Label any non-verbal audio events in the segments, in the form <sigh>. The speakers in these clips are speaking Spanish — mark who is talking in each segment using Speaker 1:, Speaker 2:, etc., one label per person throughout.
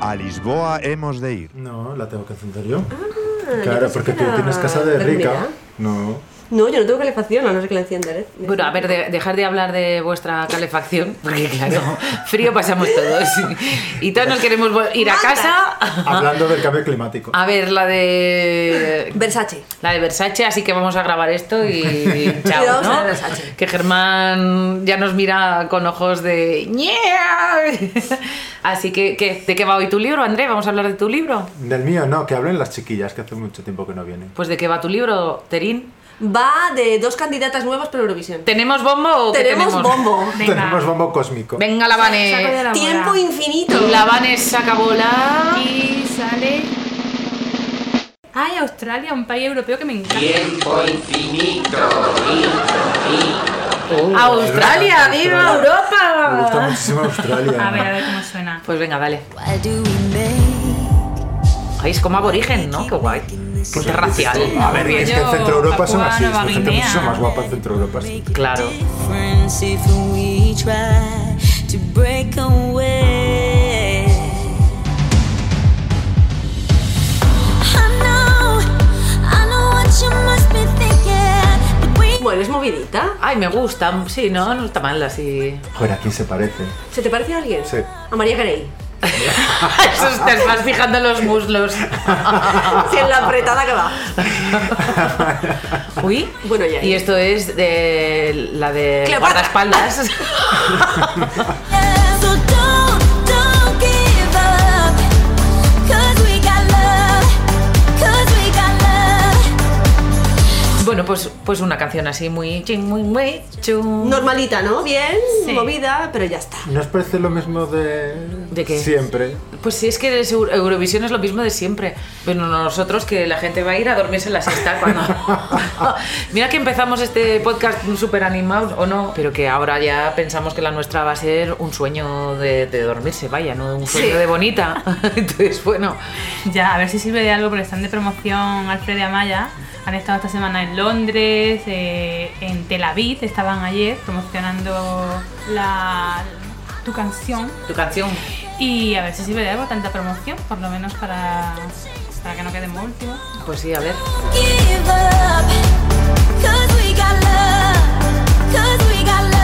Speaker 1: A Lisboa hemos de ir.
Speaker 2: No, la tengo que encender yo.
Speaker 3: Ah, yo
Speaker 2: claro,
Speaker 3: pensé
Speaker 2: porque
Speaker 3: que
Speaker 2: tú
Speaker 3: era
Speaker 2: tienes casa de rica.
Speaker 3: terminal.
Speaker 2: No.
Speaker 3: No, yo no tengo calefacción, a no ser que la encienda. ¿eh?
Speaker 4: Bueno, a ver, de- dejar de hablar de vuestra calefacción, <laughs> porque claro, frío pasamos todos. Y todos nos queremos vol- ir a casa
Speaker 2: Hablando del cambio climático.
Speaker 4: a ver la de
Speaker 3: Versace.
Speaker 4: la de Versace, así que vamos a grabar esto
Speaker 3: <laughs>
Speaker 4: y
Speaker 3: Y
Speaker 4: chao,
Speaker 3: vamos a
Speaker 4: ¿no?
Speaker 3: ver Versace.
Speaker 4: Que Germán ya nos mira con ojos de "Yeah". Así que, ¿qué? ¿de qué va hoy tu libro, André? ¿Vamos a hablar de tu libro?
Speaker 2: Del mío no, que hablen las chiquillas, que hace mucho tiempo que no vienen.
Speaker 4: Pues de qué va tu libro, Terín.
Speaker 3: Va de dos candidatas nuevas para Eurovisión.
Speaker 4: ¿Tenemos bombo o qué
Speaker 3: Tenemos
Speaker 4: tenemos?
Speaker 5: <laughs>
Speaker 3: bombo.
Speaker 2: Tenemos bombo cósmico.
Speaker 4: Venga, la
Speaker 5: Saco de
Speaker 4: Vane.
Speaker 5: la
Speaker 3: Tiempo
Speaker 5: bola.
Speaker 3: infinito.
Speaker 4: La Vane saca bola.
Speaker 5: Y sale. Ay, Australia, un país europeo que me encanta.
Speaker 4: Australia, viva
Speaker 2: Me
Speaker 4: Europa.
Speaker 2: gusta muchísimo Australia.
Speaker 5: A ver, a ver cómo suena.
Speaker 4: Pues venga, dale. Ay, es como aborigen, ¿no? Qué guay. Qué racial.
Speaker 2: A ver, es que en Centro Europa son
Speaker 5: Papua,
Speaker 2: así, es
Speaker 5: Nueva
Speaker 2: la gente
Speaker 5: Guinea.
Speaker 2: mucho más guapa en Centro Europa. sí.
Speaker 4: Claro.
Speaker 6: difference if we try to break away. I know, I know what you must be thinking, but we
Speaker 3: Bueno, es movidita.
Speaker 4: Ay, me gusta. Sí, no, no está
Speaker 2: <laughs>
Speaker 4: mal así.
Speaker 2: Joder, ¿a quién se parece?
Speaker 3: ¿Se te parece a alguien?
Speaker 2: Sí.
Speaker 3: A María Carey.
Speaker 4: Eso te vas fijando en
Speaker 2: <laughs>
Speaker 4: los muslos.
Speaker 3: Si en la apretada que va.
Speaker 4: Uy.
Speaker 3: Bueno, ya.
Speaker 4: Y esto es de la de
Speaker 3: Cleopatra. <laughs>
Speaker 4: guardaespaldas. <laughs>
Speaker 6: so don't, don't give up. 'Cause we got love, 'cause we got love.
Speaker 4: Bueno, pues, pues una canción así muy chin, muy muy chun.
Speaker 3: Normalita, ¿no? Bien,
Speaker 5: Sí.
Speaker 3: movida, pero ya está.
Speaker 2: ¿No os parece lo mismo de,
Speaker 4: ¿De qué?
Speaker 2: siempre?
Speaker 4: Pues sí, es que es Euro- Eurovisión es lo mismo de siempre. Bueno, nosotros que la gente va a ir a dormirse en la siesta <laughs> cuando... Mira que empezamos este podcast súper animados, ¿o no? Pero que ahora ya pensamos que la nuestra va a ser un sueño de, de dormirse, vaya, no un sueño
Speaker 3: Sí.
Speaker 4: de bonita. <laughs> Entonces, bueno,
Speaker 5: Ya, a ver si sirve de algo porque están de promoción Alfred y Amaya. Han estado esta semana en Londres, eh, en Tel Aviv, estaban ayer promocionando la, tu canción.
Speaker 4: tu canción.
Speaker 5: Y a ver si sirve de algo tanta promoción, por lo menos para, para que no quedemos últimos.
Speaker 4: Pues sí, a ver.
Speaker 6: Don't give up. 'Cause we got love, 'cause we got love.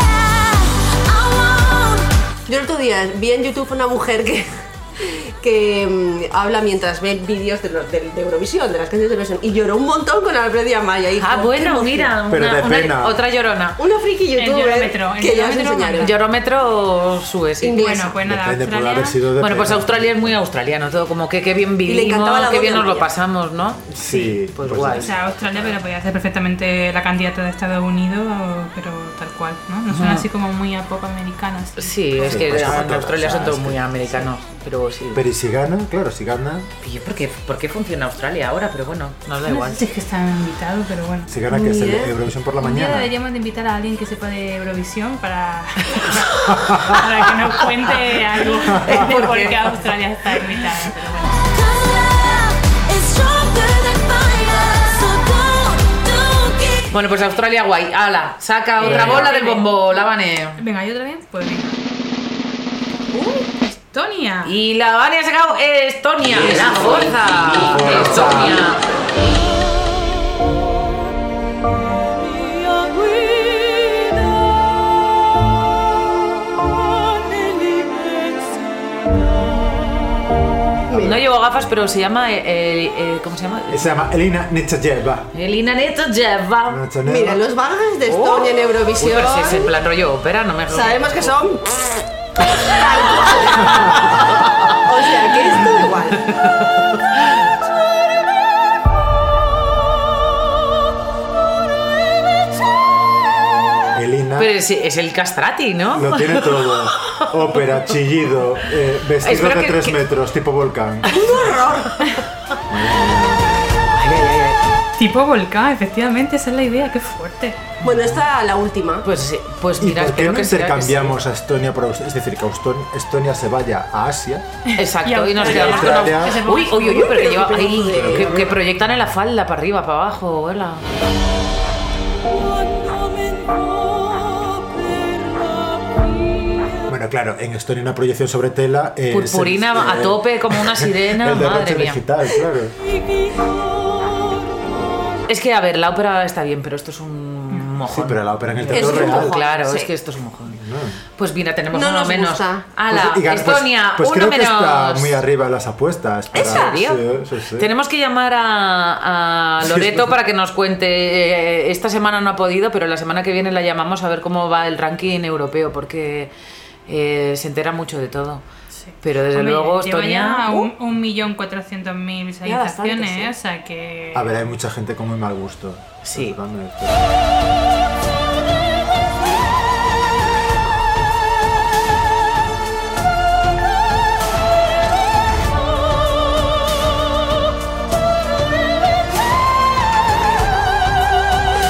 Speaker 6: Yeah, I want.
Speaker 3: Yo el otro día vi en YouTube una mujer que, que mm, habla mientras ve vídeos de, los, de, de Eurovisión, de las canciones de Eurovisión, y lloró un montón con Alfred y Amaya. y
Speaker 4: Ah,
Speaker 3: dijo, "Qué
Speaker 4: bueno,
Speaker 3: emoción".
Speaker 4: mira,
Speaker 2: Pero
Speaker 4: una-
Speaker 2: de
Speaker 4: una-
Speaker 2: pena.
Speaker 4: otra llorona.
Speaker 3: Una friki
Speaker 5: El
Speaker 3: youtuber
Speaker 5: Eurometro, el
Speaker 3: que ya os
Speaker 5: Eurometro
Speaker 3: enseñaré.
Speaker 5: manda.
Speaker 4: Llorómetro sube, sí.
Speaker 3: Inglés.
Speaker 5: Bueno, pues nada,
Speaker 2: Depende, puede haber
Speaker 5: Australia.
Speaker 2: sido de
Speaker 4: Bueno, pues
Speaker 2: pena.
Speaker 4: Australia es muy australiano, todo como que qué bien
Speaker 3: le encantaba
Speaker 4: vivimos,
Speaker 3: la
Speaker 4: qué
Speaker 3: voz
Speaker 4: bien
Speaker 3: de
Speaker 4: nos lo
Speaker 3: María.
Speaker 4: pasamos, ¿no?
Speaker 2: Sí,
Speaker 4: pues,
Speaker 2: pues
Speaker 4: guay.
Speaker 5: O sea, Australia, pero podía ser perfectamente la candidata de Estados Unidos, pero tal cual, ¿no? No suena así como muy a pop americana. así.
Speaker 4: Sí, es
Speaker 2: Sí,
Speaker 4: que
Speaker 2: pues
Speaker 4: en
Speaker 2: como todo,
Speaker 4: Australia
Speaker 2: o sea,
Speaker 4: son todos
Speaker 2: es
Speaker 4: muy
Speaker 2: que-
Speaker 4: americanos, pero sí.
Speaker 2: Pero ¿y si gana? Claro, si gana.
Speaker 4: Oye, ¿por qué, por qué funciona Australia ahora? Pero bueno, nos
Speaker 3: <laughs>
Speaker 4: da
Speaker 5: No
Speaker 4: igual.
Speaker 5: sé si es que están invitados, pero bueno.
Speaker 2: Si gana, que es el
Speaker 3: Bien.
Speaker 2: Eurovisión por la
Speaker 5: Un día
Speaker 2: mañana.
Speaker 5: deberíamos de invitar a alguien que sepa de Eurovisión para, <laughs> para que nos cuente algo de
Speaker 4: ¿Por
Speaker 5: por
Speaker 4: qué?
Speaker 5: qué Australia está invitada. Pero bueno.
Speaker 6: 'Cause love is stronger than fire. So don't, don't give
Speaker 4: Bueno, pues Australia guay. Ala, saca otra
Speaker 2: Venga.
Speaker 4: bola del bombo, la Vane.
Speaker 5: Venga, ¿y otra vez? Pues venga. Estonia.
Speaker 4: Y la Vane ha sacado Estonia. La fuerza.
Speaker 2: Forza.
Speaker 4: Estonia. No llevo gafas, pero se llama. eh, eh, eh, ¿Cómo se llama?
Speaker 2: Se llama Elina Nechayeva.
Speaker 4: Elina Netoyeva.
Speaker 2: Nechayeva.
Speaker 3: Mira, los vagas de Estonia en
Speaker 4: Uy,
Speaker 3: Eurovisión.
Speaker 4: pero si es en plan rollo ópera, no me
Speaker 3: Sabemos que son. <laughs> o sea, que esto igual.
Speaker 2: Elina
Speaker 4: Pero es, es el castrati, ¿no?
Speaker 2: lo tiene todo. Ópera, chillido, eh, vestido
Speaker 4: Espero
Speaker 2: de
Speaker 4: que-
Speaker 2: 3
Speaker 4: que- Ah,
Speaker 2: metros, tipo volcán.
Speaker 4: Ay, ay, ay, ay.
Speaker 5: Tipo volcán, efectivamente, esa es la idea, qué fuerte.
Speaker 3: Bueno, esta la última.
Speaker 4: <laughs> Pues, sí, pues
Speaker 2: ¿Y
Speaker 4: mira,
Speaker 2: por qué
Speaker 4: espero
Speaker 2: no
Speaker 4: que sea que
Speaker 2: intercambiamos a Estonia por Aus- Es decir, que Auston- Estonia se vaya a Asia.
Speaker 4: sí. Exacto,
Speaker 5: Y
Speaker 4: y nos
Speaker 5: Australia.
Speaker 4: quedamos con la-
Speaker 2: Australia.
Speaker 5: Que se ponga-
Speaker 4: Uy, uy, uy, pero que lleva ahí,
Speaker 2: pero-
Speaker 4: que, que proyectan en la falda, para arriba, para abajo, hola.
Speaker 2: Bueno, Bueno, claro, en Estonia una proyección sobre tela. eh,
Speaker 4: Purpurina
Speaker 2: se-
Speaker 4: a
Speaker 2: eh,
Speaker 4: tope como una sirena,
Speaker 2: <laughs> el derroche
Speaker 4: madre mía.
Speaker 2: digital, claro.
Speaker 4: Es que, a ver, la ópera está bien, pero esto es un mojón.
Speaker 2: Sí, pero la ópera en el teatro
Speaker 3: Es un
Speaker 2: real.
Speaker 3: mojón.
Speaker 4: Claro,
Speaker 3: sí.
Speaker 4: es que esto es un mojón. Pues mira, tenemos
Speaker 3: No
Speaker 4: uno
Speaker 3: nos
Speaker 4: menos.
Speaker 3: gusta.
Speaker 4: Ala,
Speaker 2: Pues, y gan- pues-
Speaker 4: Estonia,
Speaker 2: pues,
Speaker 4: uno
Speaker 2: creo
Speaker 4: menos.
Speaker 2: que está muy arriba las apuestas. para-
Speaker 4: ¿En serio?
Speaker 2: Sí, sí, sí.
Speaker 4: Tenemos que llamar a, a
Speaker 2: Sí,
Speaker 4: Loreto
Speaker 2: sí.
Speaker 4: para que nos cuente. eh, esta semana no ha podido, pero la semana que viene la llamamos a ver cómo va el ranking europeo, porque eh, se entera mucho de todo. Pero desde
Speaker 5: Hombre,
Speaker 4: luego,
Speaker 5: lleva ya
Speaker 4: Estonia.
Speaker 5: un, un millón cuatrocientos mil visualizaciones,
Speaker 3: bastante, sí.
Speaker 5: ¿eh? o sea que...
Speaker 2: A ver, hay mucha gente con muy mal gusto. Pues,
Speaker 4: Sí.
Speaker 2: Perdóname,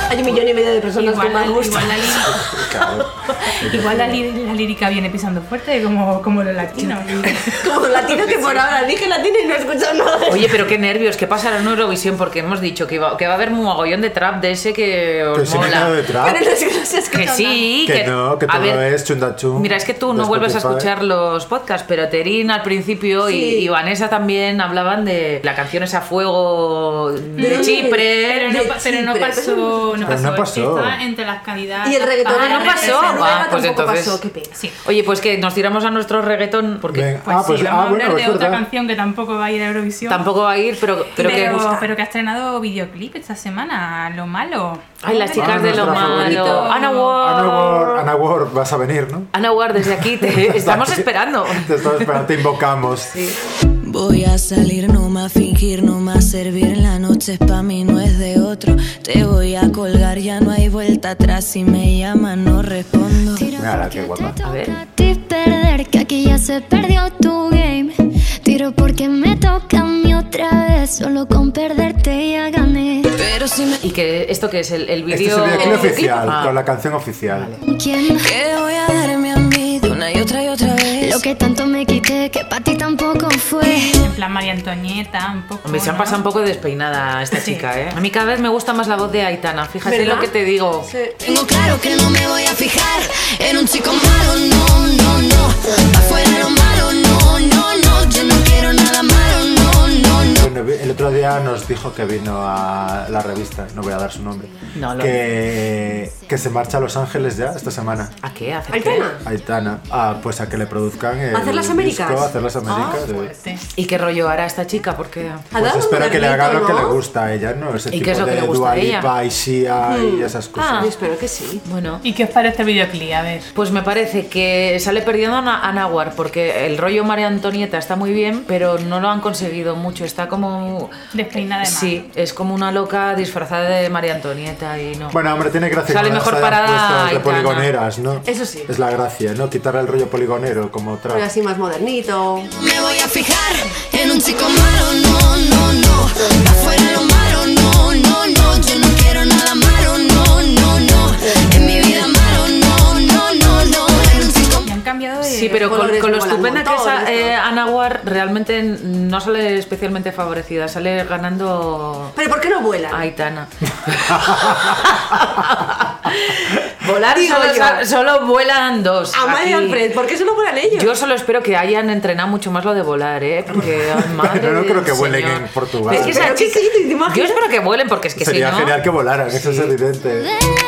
Speaker 3: Hay un millón y medio de personas
Speaker 5: Igual,
Speaker 3: que más
Speaker 5: la-
Speaker 3: gustan.
Speaker 5: igual
Speaker 2: <laughs>
Speaker 5: la lírica,
Speaker 2: pero, pues, claro. Pues,
Speaker 5: igual la lí- la lírica viene pisando fuerte como, como los latinos.
Speaker 3: <laughs> Como latino que por ahora dije latino y no he escuchado nada.
Speaker 4: Oye, pero qué nervios, qué pasará en Eurovisión, porque hemos dicho que, va- que va a haber un mogollón de trap de ese que os
Speaker 2: Que pues, sí me he
Speaker 4: mola.
Speaker 2: quedado detrás.
Speaker 3: pero no es que no se escucha
Speaker 4: Que sí,
Speaker 2: Que no, que
Speaker 4: a
Speaker 2: todo
Speaker 4: ver,
Speaker 2: es chundachum.
Speaker 4: Mira, es que tú
Speaker 2: de
Speaker 4: no vuelves a
Speaker 2: Spotify.
Speaker 4: escuchar los podcasts, pero Terín al principio y-
Speaker 3: Sí.
Speaker 4: y, Vanessa también hablaban de la canción esa Fuego de Chipre.
Speaker 5: Pero no,
Speaker 3: De
Speaker 5: pa- pero no
Speaker 3: Chipre.
Speaker 5: pasó, no
Speaker 2: Pero
Speaker 5: pasó.
Speaker 2: no pasó.
Speaker 5: Estaba entre las
Speaker 3: nada.
Speaker 5: candidatas.
Speaker 3: Y el reggaetón
Speaker 4: Ah, no
Speaker 3: de la
Speaker 4: pasó.
Speaker 3: Teresa Nueva
Speaker 4: Ah, pues
Speaker 3: tampoco
Speaker 4: entonces-
Speaker 3: pasó, qué pena.
Speaker 5: Sí.
Speaker 4: Oye, pues que nos tiramos a nuestro reggaetón porque
Speaker 2: Venga,
Speaker 5: Pues
Speaker 2: ah, pues,
Speaker 5: sí,
Speaker 2: ah,
Speaker 5: vamos a
Speaker 2: bueno,
Speaker 5: hablar de
Speaker 2: es
Speaker 5: otra
Speaker 2: verdad.
Speaker 5: canción que tampoco va a ir a Eurovisión.
Speaker 4: tampoco va a ir, pero, pero,
Speaker 5: pero,
Speaker 4: que
Speaker 5: pero, que ha estrenado videoclip esta semana, Lo Malo.
Speaker 4: Ay, las chicas
Speaker 2: Ah,
Speaker 4: de lo
Speaker 2: nuestra
Speaker 4: malo.
Speaker 2: favorita.
Speaker 4: Ana
Speaker 2: Ana Ward,
Speaker 4: Ward.
Speaker 2: Ana Ward, vas a venir, ¿no?
Speaker 4: Ana Ward, desde
Speaker 2: <laughs>
Speaker 4: aquí te <laughs> estamos esperando.
Speaker 2: Te estamos esperando, te invocamos.
Speaker 7: Voy a salir, no más fingir, no más servir. La noche es pa' mí, no es de otro. Te voy a colgar, ya no hay vuelta atrás. Si me llaman, no respondo.
Speaker 8: Tira
Speaker 2: Mira la
Speaker 8: porque
Speaker 2: que guapa.
Speaker 8: te
Speaker 4: A ver.
Speaker 8: toca a ti perder, que aquí ya se perdió tu game. Tiro porque me toca a mí otra vez, solo con perderte ya gané.
Speaker 7: Pero si me.
Speaker 4: Y que esto que es el, el
Speaker 2: Este es
Speaker 4: vídeo.
Speaker 2: el videoclip oficial,
Speaker 4: Ah.
Speaker 2: con la canción oficial.
Speaker 8: ¿Quién?
Speaker 7: Que voy a darme a mí de una y otra y otra vez.
Speaker 8: Lo que tanto me quité, que para ti tampoco fue.
Speaker 5: En plan María Antonieta, un poco.
Speaker 4: Hombre, se han
Speaker 5: ¿no?
Speaker 4: pasado un poco despeinada esta
Speaker 5: Sí.
Speaker 4: chica, ¿eh? A mí cada vez me gusta más la voz de Aitana, fíjate
Speaker 3: ¿Verdad?
Speaker 4: lo que te digo.
Speaker 7: Tengo claro que no me voy a fijar en un chico malo, no, no, no. Pa' fuera lo malo, no, no, no. Yo no quiero nada malo, no, no, no.
Speaker 2: Bueno, vi- el otro día nos dijo que vino a la revista, no voy a dar su nombre,
Speaker 4: No, lo-
Speaker 2: que, que se marcha a Los Ángeles ya esta semana.
Speaker 4: ¿A qué? ¿A hacer qué?
Speaker 3: ¿Aitana?
Speaker 2: Aitana, ah, pues a que le produzcan el
Speaker 3: ¿A hacer las
Speaker 2: disco,
Speaker 3: Américas?
Speaker 2: a hacer
Speaker 4: Ah,
Speaker 2: las Américas. eh.
Speaker 4: pues,
Speaker 5: Fuerte.
Speaker 4: ¿Y qué rollo hará esta chica? Porque...
Speaker 3: Ha
Speaker 2: Pues
Speaker 3: dado un
Speaker 2: espero que le
Speaker 3: modernito,
Speaker 2: haga lo que
Speaker 3: ¿no?
Speaker 2: le gusta a ella, ¿no? Ese
Speaker 4: ¿Y
Speaker 2: tipo
Speaker 4: qué es lo que
Speaker 2: de
Speaker 4: le gusta a
Speaker 2: Dua
Speaker 4: ella?
Speaker 2: Lipa y Sia y esas cosas.
Speaker 4: Ah.
Speaker 3: Yo espero que sí.
Speaker 4: Bueno,
Speaker 5: ¿Y qué os parece el videoclip? A ver.
Speaker 4: pues me parece que sale perdiendo Ana, Ana Guar, porque el rollo María Antonieta está muy bien, pero no lo han conseguido mucho. Está como...
Speaker 5: Despeinada de más.
Speaker 4: Sí, es como una loca disfrazada de María Antonieta y no.
Speaker 2: Bueno, hombre, tiene gracia
Speaker 4: Sale
Speaker 2: que no las
Speaker 4: mejor
Speaker 2: hayan
Speaker 4: parada
Speaker 2: puesto de
Speaker 4: Aitana.
Speaker 2: poligoneras, ¿no?
Speaker 3: Eso sí.
Speaker 2: Es la gracia, ¿no? Quitarle el rollo poligonero como
Speaker 3: Pero
Speaker 2: trap.
Speaker 3: así más modernito.
Speaker 7: Me voy a fijar en un chico malo, no, no, no. Pa' fuera lo malo, no, no, no. Yo no quiero nada malo, no, no, no. En mi vida malo, no, no, no, no. En un chico
Speaker 5: Y han cambiado de.
Speaker 4: Sí, pero con,
Speaker 3: colores
Speaker 4: con lo
Speaker 3: me molan un
Speaker 4: estupenda que es
Speaker 3: montón,
Speaker 4: a-
Speaker 3: esto.
Speaker 4: eh, Ana Guar, realmente no sale especialmente favorecida, sale ganando
Speaker 3: Pero ¿por qué no vuelan? <laughs>
Speaker 4: Aitana. Volar
Speaker 3: Digo
Speaker 4: solo,
Speaker 3: yo.
Speaker 4: sa- solo vuelan dos.
Speaker 3: Amaya y
Speaker 4: aquí.
Speaker 3: Alfred, ¿por qué solo vuelan ellos?
Speaker 4: Yo solo espero que hayan entrenado mucho más lo de volar, ¿eh?
Speaker 3: <laughs>
Speaker 4: Porque, madre
Speaker 2: Pero no creo que
Speaker 4: del
Speaker 2: vuelen
Speaker 4: señor.
Speaker 2: en Portugal.
Speaker 4: Es que esa
Speaker 3: Pero que
Speaker 4: chica-
Speaker 3: sí, ¿te imaginas?
Speaker 4: yo espero que vuelen porque es que
Speaker 2: Sería
Speaker 4: si no...
Speaker 2: genial que volaran, eso es evidente.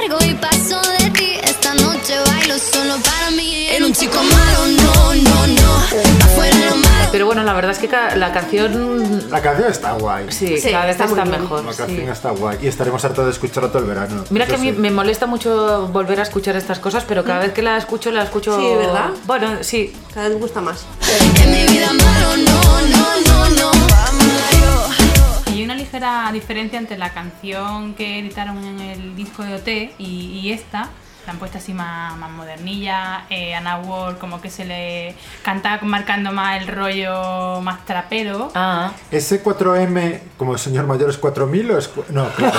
Speaker 8: Vergo y paso de ti, esta noche bailo solo para mí.
Speaker 7: En un chico malo, no, no, no. Pa' fuera lo malo.
Speaker 4: Pero bueno, la verdad es que ca- la canción...
Speaker 2: La canción está guay.
Speaker 4: Sí,
Speaker 3: Sí,
Speaker 4: cada vez
Speaker 3: está
Speaker 4: está,
Speaker 3: muy bien.
Speaker 4: mejor.
Speaker 2: La
Speaker 4: sí.
Speaker 2: canción está guay. Y estaremos hartos de escucharla todo el verano.
Speaker 4: Mira que
Speaker 2: Eso
Speaker 4: a mí
Speaker 2: sí.
Speaker 4: me molesta mucho volver a escuchar estas cosas, pero cada vez que la escucho, la escucho...
Speaker 3: Sí, ¿verdad?
Speaker 4: Bueno, sí.
Speaker 3: Cada vez me gusta más.
Speaker 7: En mi vida malo, no, no, no, no.
Speaker 5: Hay una ligera diferencia entre la canción que editaron en el disco de OT y, y esta. La han puesto así más, más modernilla. eh, Ana Ward como que se le canta marcando más el rollo más trapero.
Speaker 4: Ah,
Speaker 2: Ese 4M, como el señor mayor, es 4.000 o es... cu- No, claro.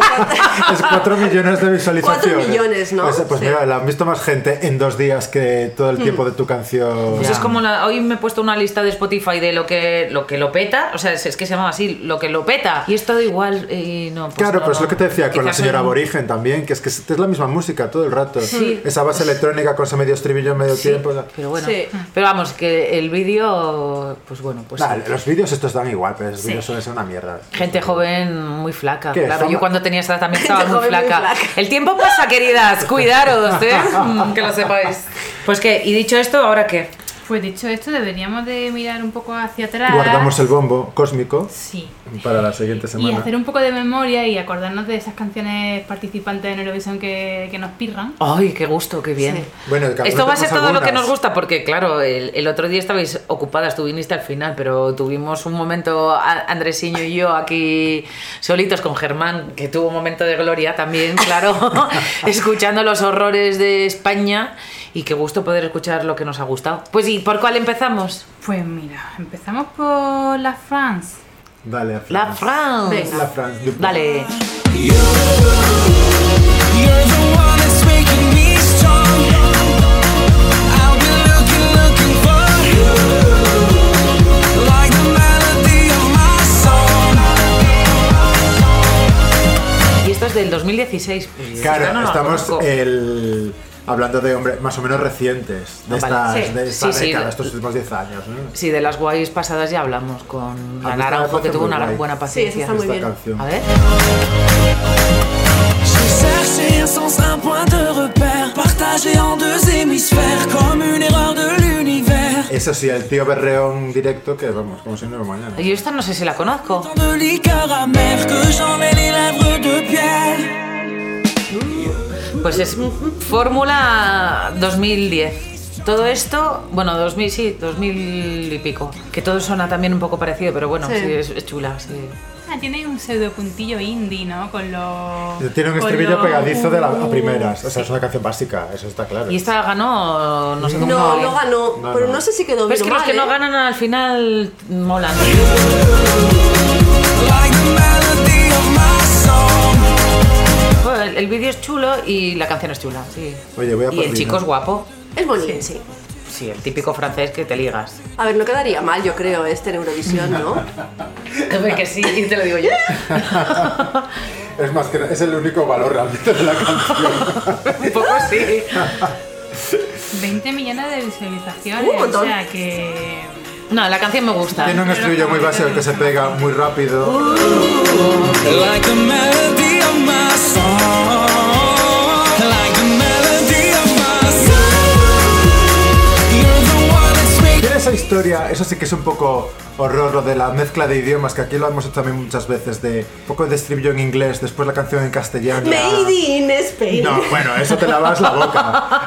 Speaker 2: <laughs>
Speaker 3: <laughs>
Speaker 2: es 4 millones de visualizaciones.
Speaker 3: Cuatro millones, ¿no?
Speaker 2: Pues, pues
Speaker 3: Sí.
Speaker 2: mira, la han visto más gente en dos días que todo el
Speaker 4: Hmm.
Speaker 2: tiempo de tu canción.
Speaker 4: pues es como la- hoy me he puesto una lista de Spotify de lo que lo que lo peta, o sea, es, es que se llama así, lo que lo peta. Y es todo igual y no. pues
Speaker 2: Claro,
Speaker 4: no,
Speaker 2: pero es
Speaker 4: no.
Speaker 2: lo que te decía con la
Speaker 4: Quizás
Speaker 2: señora
Speaker 4: soy-
Speaker 2: Aborigen también, que es que es es la misma música, todo todo el rato.
Speaker 4: Sí.
Speaker 2: Esa base electrónica con ese medio estribillo en medio
Speaker 4: Sí,
Speaker 2: tiempo.
Speaker 4: pero bueno.
Speaker 3: Sí.
Speaker 4: Pero vamos, que el vídeo, pues bueno, pues
Speaker 2: Nah, los vídeos estos dan igual, pero los
Speaker 5: Sí.
Speaker 2: vídeos suelen ser una mierda.
Speaker 4: gente joven muy flaca.
Speaker 2: ¿Qué?
Speaker 4: Claro,
Speaker 2: Fama-
Speaker 4: yo cuando tenía esa edad
Speaker 3: <laughs>
Speaker 4: también
Speaker 3: Gente
Speaker 4: estaba muy
Speaker 3: joven muy
Speaker 4: flaca.
Speaker 3: flaca.
Speaker 4: El tiempo pasa, queridas, cuidaros,
Speaker 3: <laughs>
Speaker 4: ¿eh? Mm, que lo sepáis. Pues que, y dicho esto, ¿ahora qué?
Speaker 5: Pues dicho esto, deberíamos de mirar un poco hacia atrás.
Speaker 2: Guardamos el bombo cósmico
Speaker 5: Sí.
Speaker 2: para la siguiente
Speaker 5: Y
Speaker 2: semana.
Speaker 5: hacer un poco de memoria y acordarnos de esas canciones participantes en Eurovisión que, que nos pirran.
Speaker 4: Ay, qué gusto, qué bien.
Speaker 2: Bueno, cada uno
Speaker 4: Esto va a
Speaker 2: tenemos
Speaker 4: ser todo lo que
Speaker 2: algunas.
Speaker 4: nos gusta, porque claro, el, el otro día estabais ocupadas, tú viniste al final, pero tuvimos un momento, a- Andresiño y yo aquí solitos con Germán, que tuvo un momento de gloria también,
Speaker 3: <laughs>
Speaker 4: claro, escuchando los horrores de España y qué gusto poder escuchar lo que nos ha gustado. Pues ¿y por cuál empezamos?
Speaker 5: Pues mira, empezamos por la France.
Speaker 2: Dale, a
Speaker 4: La
Speaker 2: Fran.
Speaker 4: France.
Speaker 3: Venga.
Speaker 2: La France. Yo-
Speaker 4: Dale.
Speaker 9: You're the one that's making me strong. I'll be looking, looking for you, like the melody of my song.
Speaker 4: Y esto es del 2016. pues, esta
Speaker 2: Claro,
Speaker 4: no la
Speaker 2: estamos
Speaker 4: conozco.
Speaker 2: el- hablando de hombres más o menos recientes, de,
Speaker 4: Ah, vale.
Speaker 2: estas-
Speaker 4: Sí.
Speaker 2: de esta
Speaker 4: Sí, sí.
Speaker 2: década, estos últimos 10 años. ¿no?
Speaker 4: Sí, de las guays pasadas ya hablamos con
Speaker 2: Ah,
Speaker 4: la
Speaker 2: pues está
Speaker 4: Naranjo, que
Speaker 2: bastante
Speaker 4: tuvo una
Speaker 2: guay.
Speaker 4: buena
Speaker 3: Sí, esa
Speaker 4: paciencia.
Speaker 3: está muy
Speaker 2: Esta
Speaker 3: bien.
Speaker 2: canción.
Speaker 4: A ver.
Speaker 9: J'ai cherché un sens, un point de repère, partagé en deux hémisphères, comme une erreur de l'univers.
Speaker 2: Eso sí, el tío Berreón directo que vamos, como si no hubiera mañana.
Speaker 4: Yo esta no sé si la conozco.
Speaker 9: Tant de liqueur amère que j'en ai les lèvres de pierre.
Speaker 4: Pues es Fórmula 2010. Todo esto, bueno, 2000, sí, 2000 y pico. Que todo suena también un poco parecido, pero bueno, sí,
Speaker 3: Sí.
Speaker 4: es, es chula. Sí.
Speaker 5: Ah, tiene un pseudo puntillo indie, ¿no? Con los.
Speaker 2: Tiene un
Speaker 4: Pues
Speaker 5: con
Speaker 2: estribillo
Speaker 5: los-
Speaker 2: pegadizo de la, a primeras, o sea, es una canción básica, eso está claro.
Speaker 4: Y esta ganó, no sé cómo.
Speaker 3: Pues No,
Speaker 4: fue.
Speaker 3: no ganó,
Speaker 2: No,
Speaker 3: pero
Speaker 2: no.
Speaker 3: no. sé si quedó
Speaker 4: Pero
Speaker 3: bien
Speaker 4: es que
Speaker 3: o
Speaker 4: los
Speaker 3: mal,
Speaker 4: que no
Speaker 3: ¿eh?
Speaker 4: ganan al final molan.
Speaker 9: Like the melody of my song.
Speaker 4: Bueno, El, el vídeo es chulo y la canción es chula, sí.
Speaker 2: Oye, voy a
Speaker 4: Y
Speaker 2: por
Speaker 4: el
Speaker 2: vino.
Speaker 4: chico es guapo.
Speaker 3: Es bonito, sí.
Speaker 4: Sí, el típico francés que te ligas.
Speaker 3: A ver, no quedaría mal, yo creo, este en Eurovisión, ¿no?
Speaker 4: Hombre, que sí, te lo digo yo.
Speaker 2: Es más que es el único valor realmente de la canción.
Speaker 4: <laughs> Un poco sí.
Speaker 2: Ah.
Speaker 5: 20 millones de visualizaciones.
Speaker 3: Un montón.
Speaker 5: O sea que.
Speaker 4: No, la canción me
Speaker 2: <laughs>
Speaker 4: gusta.
Speaker 2: Tiene un estribillo muy básico que se pega muy rápido.
Speaker 9: Like the melody of my song. Like the melody of my song. You're the one that's making
Speaker 2: Tiene esa historia, eso sí que es un poco horror, lo de la mezcla de idiomas, que aquí lo hemos hecho también muchas veces, de un poco de estribillo en inglés, después la canción en castellano.
Speaker 3: Made in Spain. <laughs>
Speaker 4: <laughs>
Speaker 2: No, bueno, eso te lavas la boca.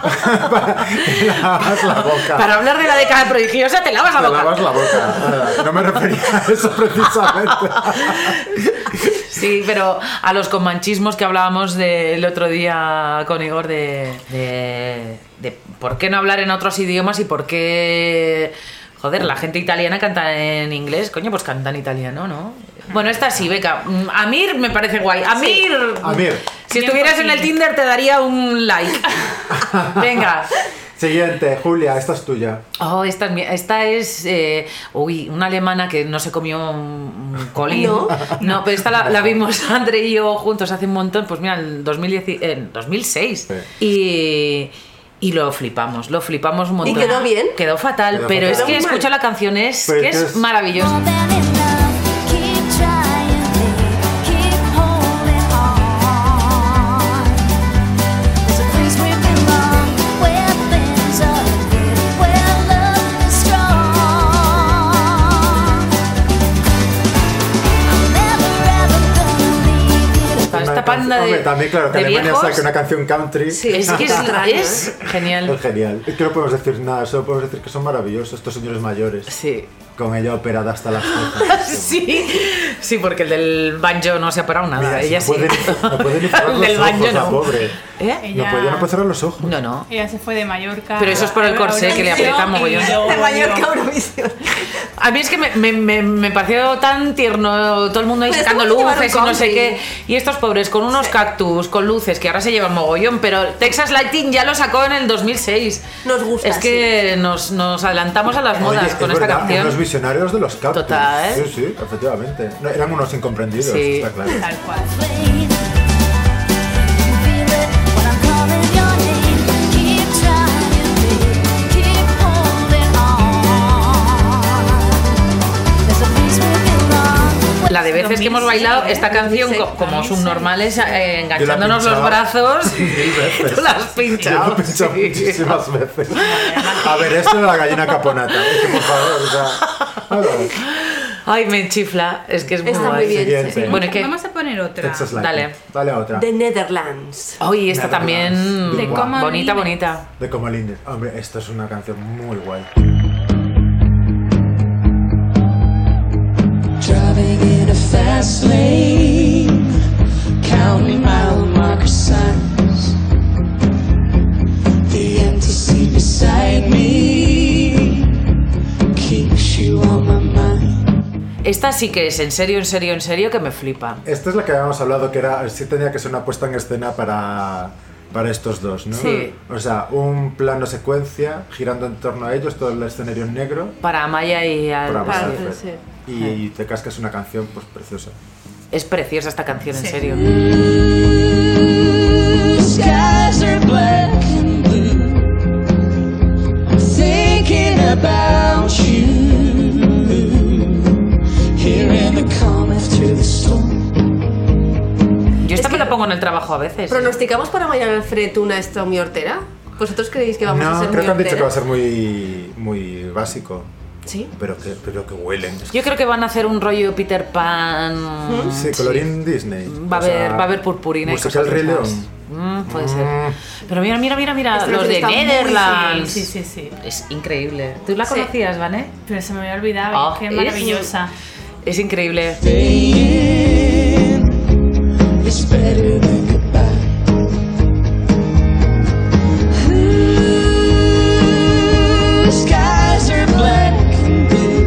Speaker 2: <laughs> te lavas la boca.
Speaker 4: Para hablar de la década prodigiosa te lavas la
Speaker 2: te
Speaker 4: boca.
Speaker 2: lavas la boca. No me refería a eso precisamente.
Speaker 4: Sí, pero a los comanchismos que hablábamos del otro día con Igor de, de, de por qué no hablar en otros idiomas y por qué... Joder, la gente italiana canta en inglés, coño, pues canta en italiano, ¿no? Bueno, esta sí, Beca. Mm, Amir me parece guay. Amir.
Speaker 2: Amir.
Speaker 4: Si estuvieras en el Tinder te daría un like. <laughs> Venga.
Speaker 2: Siguiente, Julia, esta es tuya.
Speaker 4: Oh, esta es, mi- esta es eh, uy, una alemana que no se comió un un colín. No,
Speaker 3: No.
Speaker 4: pero esta la, la vimos <laughs> André y yo juntos hace un montón, pues mira, en 2010 y- en 2006. Y, y lo flipamos, lo flipamos un montón.
Speaker 3: quedó bien?
Speaker 4: Quedó fatal,
Speaker 2: Quedó
Speaker 4: pero
Speaker 2: fatal.
Speaker 4: es
Speaker 3: Quedó
Speaker 4: que
Speaker 3: muy mal.
Speaker 4: escucha la canción, es
Speaker 2: Pero
Speaker 4: que
Speaker 2: es que
Speaker 4: es
Speaker 2: es-
Speaker 4: maravilloso. Esta,
Speaker 2: Una
Speaker 4: esta
Speaker 2: canción-
Speaker 4: panda de,
Speaker 2: Hombre, también, claro, que
Speaker 4: de
Speaker 2: Alemania
Speaker 4: viejos,
Speaker 2: saque una canción country.
Speaker 3: Sí.
Speaker 4: es que es,
Speaker 3: Extraño, ¿eh?
Speaker 4: es
Speaker 2: Es
Speaker 4: genial.
Speaker 2: genial. Es que no podemos decir nada, solo podemos decir que son maravillosos estos señores mayores.
Speaker 4: Sí.
Speaker 2: Con ella operada hasta las
Speaker 4: <laughs>
Speaker 2: cejas.
Speaker 4: Sí, sí, porque el del banjo no se ha parado nada.
Speaker 2: Mira,
Speaker 4: ella
Speaker 2: no
Speaker 4: sí.
Speaker 2: puede ni- no
Speaker 4: <laughs>
Speaker 2: puede ni cerrar
Speaker 4: el
Speaker 2: los
Speaker 4: del banjo
Speaker 2: ojos, la
Speaker 4: no.
Speaker 2: pobre.
Speaker 4: ¿Eh?
Speaker 2: No, puede, ya no puede cerrar los ojos.
Speaker 4: No, no.
Speaker 5: Ella se fue de Mallorca.
Speaker 4: Pero eso es por el
Speaker 5: a
Speaker 4: corsé, que le
Speaker 5: Eurovisión
Speaker 4: aprieta mogollón.
Speaker 5: y luego
Speaker 3: De mayor que
Speaker 5: volvió.
Speaker 3: Eurovisión.
Speaker 4: A mí es que me, me- me- me pareció tan tierno, todo el mundo ahí
Speaker 3: Pero
Speaker 4: sacando
Speaker 3: esto es
Speaker 4: luces y
Speaker 3: llevar un
Speaker 4: no sé
Speaker 3: country.
Speaker 4: qué. Y estos pobres con unos cactus, con luces, que ahora se llevan mogollón, pero Texas Lighting ya lo sacó en el 2006.
Speaker 3: Nos gusta,
Speaker 4: Es que nos, nos adelantamos a las modas
Speaker 2: Oye, es
Speaker 4: con esta
Speaker 2: verdad, Unos
Speaker 4: canción.
Speaker 2: visionarios de los cactus.
Speaker 4: Total, ¿eh?
Speaker 2: Sí, sí, efectivamente. No, eran unos incomprendidos,
Speaker 4: Sí.
Speaker 2: está claro.
Speaker 5: Tal cual.
Speaker 7: Feel it when I'm calling your
Speaker 4: que hemos bailado esta
Speaker 3: ¿eh?
Speaker 4: canción co- como subnormales, eh, enganchándonos los
Speaker 2: pinchaba.
Speaker 4: brazos.
Speaker 2: Mil veces.
Speaker 4: <laughs> Tú la has pinchado.
Speaker 2: Yo lo he pinchado
Speaker 4: sí.
Speaker 2: muchísimas
Speaker 4: <laughs>
Speaker 2: veces. A ver, esto era la gallina caponata. es que, por favor, o sea, a
Speaker 4: <laughs>
Speaker 2: ver,
Speaker 4: Ay, me chifla. Es que es muy
Speaker 3: Está muy
Speaker 4: guay.
Speaker 3: bien.
Speaker 2: Siguiente.
Speaker 4: Bueno, es que.
Speaker 5: Vamos a poner otra.
Speaker 2: Texas Lightning.
Speaker 4: dale.
Speaker 2: Dale a otra.
Speaker 3: The Netherlands.
Speaker 4: Ay, esta
Speaker 2: Nada
Speaker 4: también.
Speaker 2: más. De
Speaker 5: cómo
Speaker 4: bonita,
Speaker 5: vives.
Speaker 4: bonita.
Speaker 2: De como Hombre, esto es una canción muy guay.
Speaker 9: Driving in a fast lane, counting mile marker signs. The empty seat beside me keeps you on my mind.
Speaker 4: Esta sí que es en serio, en serio, en serio que me flipa.
Speaker 2: Esta es la que habíamos hablado que era sí tenía que ser una puesta en escena para, para estos dos, ¿no?
Speaker 4: Sí.
Speaker 2: O sea, un plano secuencia girando en torno a ellos, todo el escenario en negro.
Speaker 4: Para Amaya y al.
Speaker 2: para
Speaker 3: para
Speaker 2: Amaya Seyfried.
Speaker 3: hacerse.
Speaker 2: y, y te cascas una canción pues preciosa.
Speaker 4: Es preciosa esta canción, en
Speaker 5: Sí.
Speaker 4: serio.
Speaker 9: The skies are black and blue. I'm thinking about you. Here in the calm after the storm.
Speaker 4: Yo
Speaker 3: Es
Speaker 4: esta me
Speaker 3: que-
Speaker 4: la pongo en el trabajo a veces.
Speaker 3: ¿Pronosticamos para mañana Alfred una esta muy hortera? ¿Vosotros creéis que vamos a
Speaker 2: no,
Speaker 3: ser
Speaker 2: creo
Speaker 3: muy
Speaker 2: que han dicho que va a
Speaker 3: horteras?
Speaker 2: ser muy, muy básico,
Speaker 3: Sí.
Speaker 2: pero que, pero que huelen.
Speaker 4: Yo creo que van a hacer un rollo Peter Pan.
Speaker 2: Sí, colorín Disney.
Speaker 4: Va a
Speaker 2: O sea,
Speaker 4: haber, va a haber purpurina y
Speaker 2: musical
Speaker 4: cosas
Speaker 2: Rey
Speaker 4: de esas.
Speaker 2: León.
Speaker 4: Mm, puede ser. Pero mira, mira, mira, mira,
Speaker 3: Esta
Speaker 4: los de
Speaker 3: canción está muy
Speaker 4: Netherlands.
Speaker 5: Sí, sí, sí.
Speaker 4: Es increíble. ¿Tú la
Speaker 3: Sí.
Speaker 4: conocías, Vané?
Speaker 5: Pero se me había olvidado,
Speaker 4: Ah,
Speaker 5: qué
Speaker 4: es-
Speaker 5: maravillosa.
Speaker 4: Es increíble.
Speaker 9: Staying is better than goodbye. Ooh, skies are black and blue.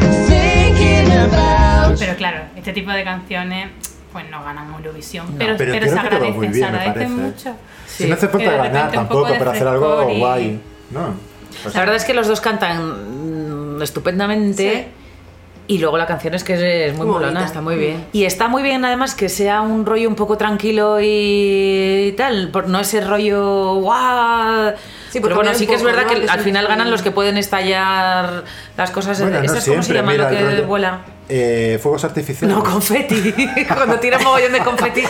Speaker 9: I'm thinking about
Speaker 5: Pero claro, este tipo de canciones pues no ganan Eurovisión,
Speaker 2: No,
Speaker 5: pero,
Speaker 2: pero
Speaker 5: pero
Speaker 2: creo
Speaker 5: se
Speaker 2: que va muy
Speaker 5: agradecen, se
Speaker 2: bien, me
Speaker 5: agradecen
Speaker 2: parece. ¿eh?
Speaker 5: mucho.
Speaker 2: Si no hace
Speaker 5: Que
Speaker 2: falta
Speaker 5: de
Speaker 2: ganar
Speaker 5: repente un
Speaker 2: tampoco,
Speaker 5: poco de
Speaker 2: pero hacer algo
Speaker 5: frescor y-
Speaker 2: guay. No. O sea,
Speaker 4: La verdad es que los dos cantan mm, estupendamente. Y luego la canción es que es- es muy
Speaker 3: Muy
Speaker 4: molona,
Speaker 3: bonita.
Speaker 4: está muy bien. Y está muy bien además que sea un rollo un poco tranquilo y tal, por no ese rollo guau.
Speaker 3: Sí, porque
Speaker 4: Pero bueno,
Speaker 3: me da
Speaker 4: sí
Speaker 3: un
Speaker 4: que es
Speaker 3: poco,
Speaker 4: verdad
Speaker 3: ¿no?
Speaker 4: que,
Speaker 3: Que es
Speaker 4: al
Speaker 3: un-
Speaker 4: final ganan los que pueden estallar las cosas.
Speaker 2: bueno, no
Speaker 4: ¿Esto es cómo se
Speaker 2: siempre,
Speaker 4: llama lo
Speaker 2: mira, el
Speaker 4: que
Speaker 2: rollo-
Speaker 4: vuela?
Speaker 2: Eh, fuegos artificiales.
Speaker 4: No, confeti. <laughs> Cuando tiras mogollón de confeti,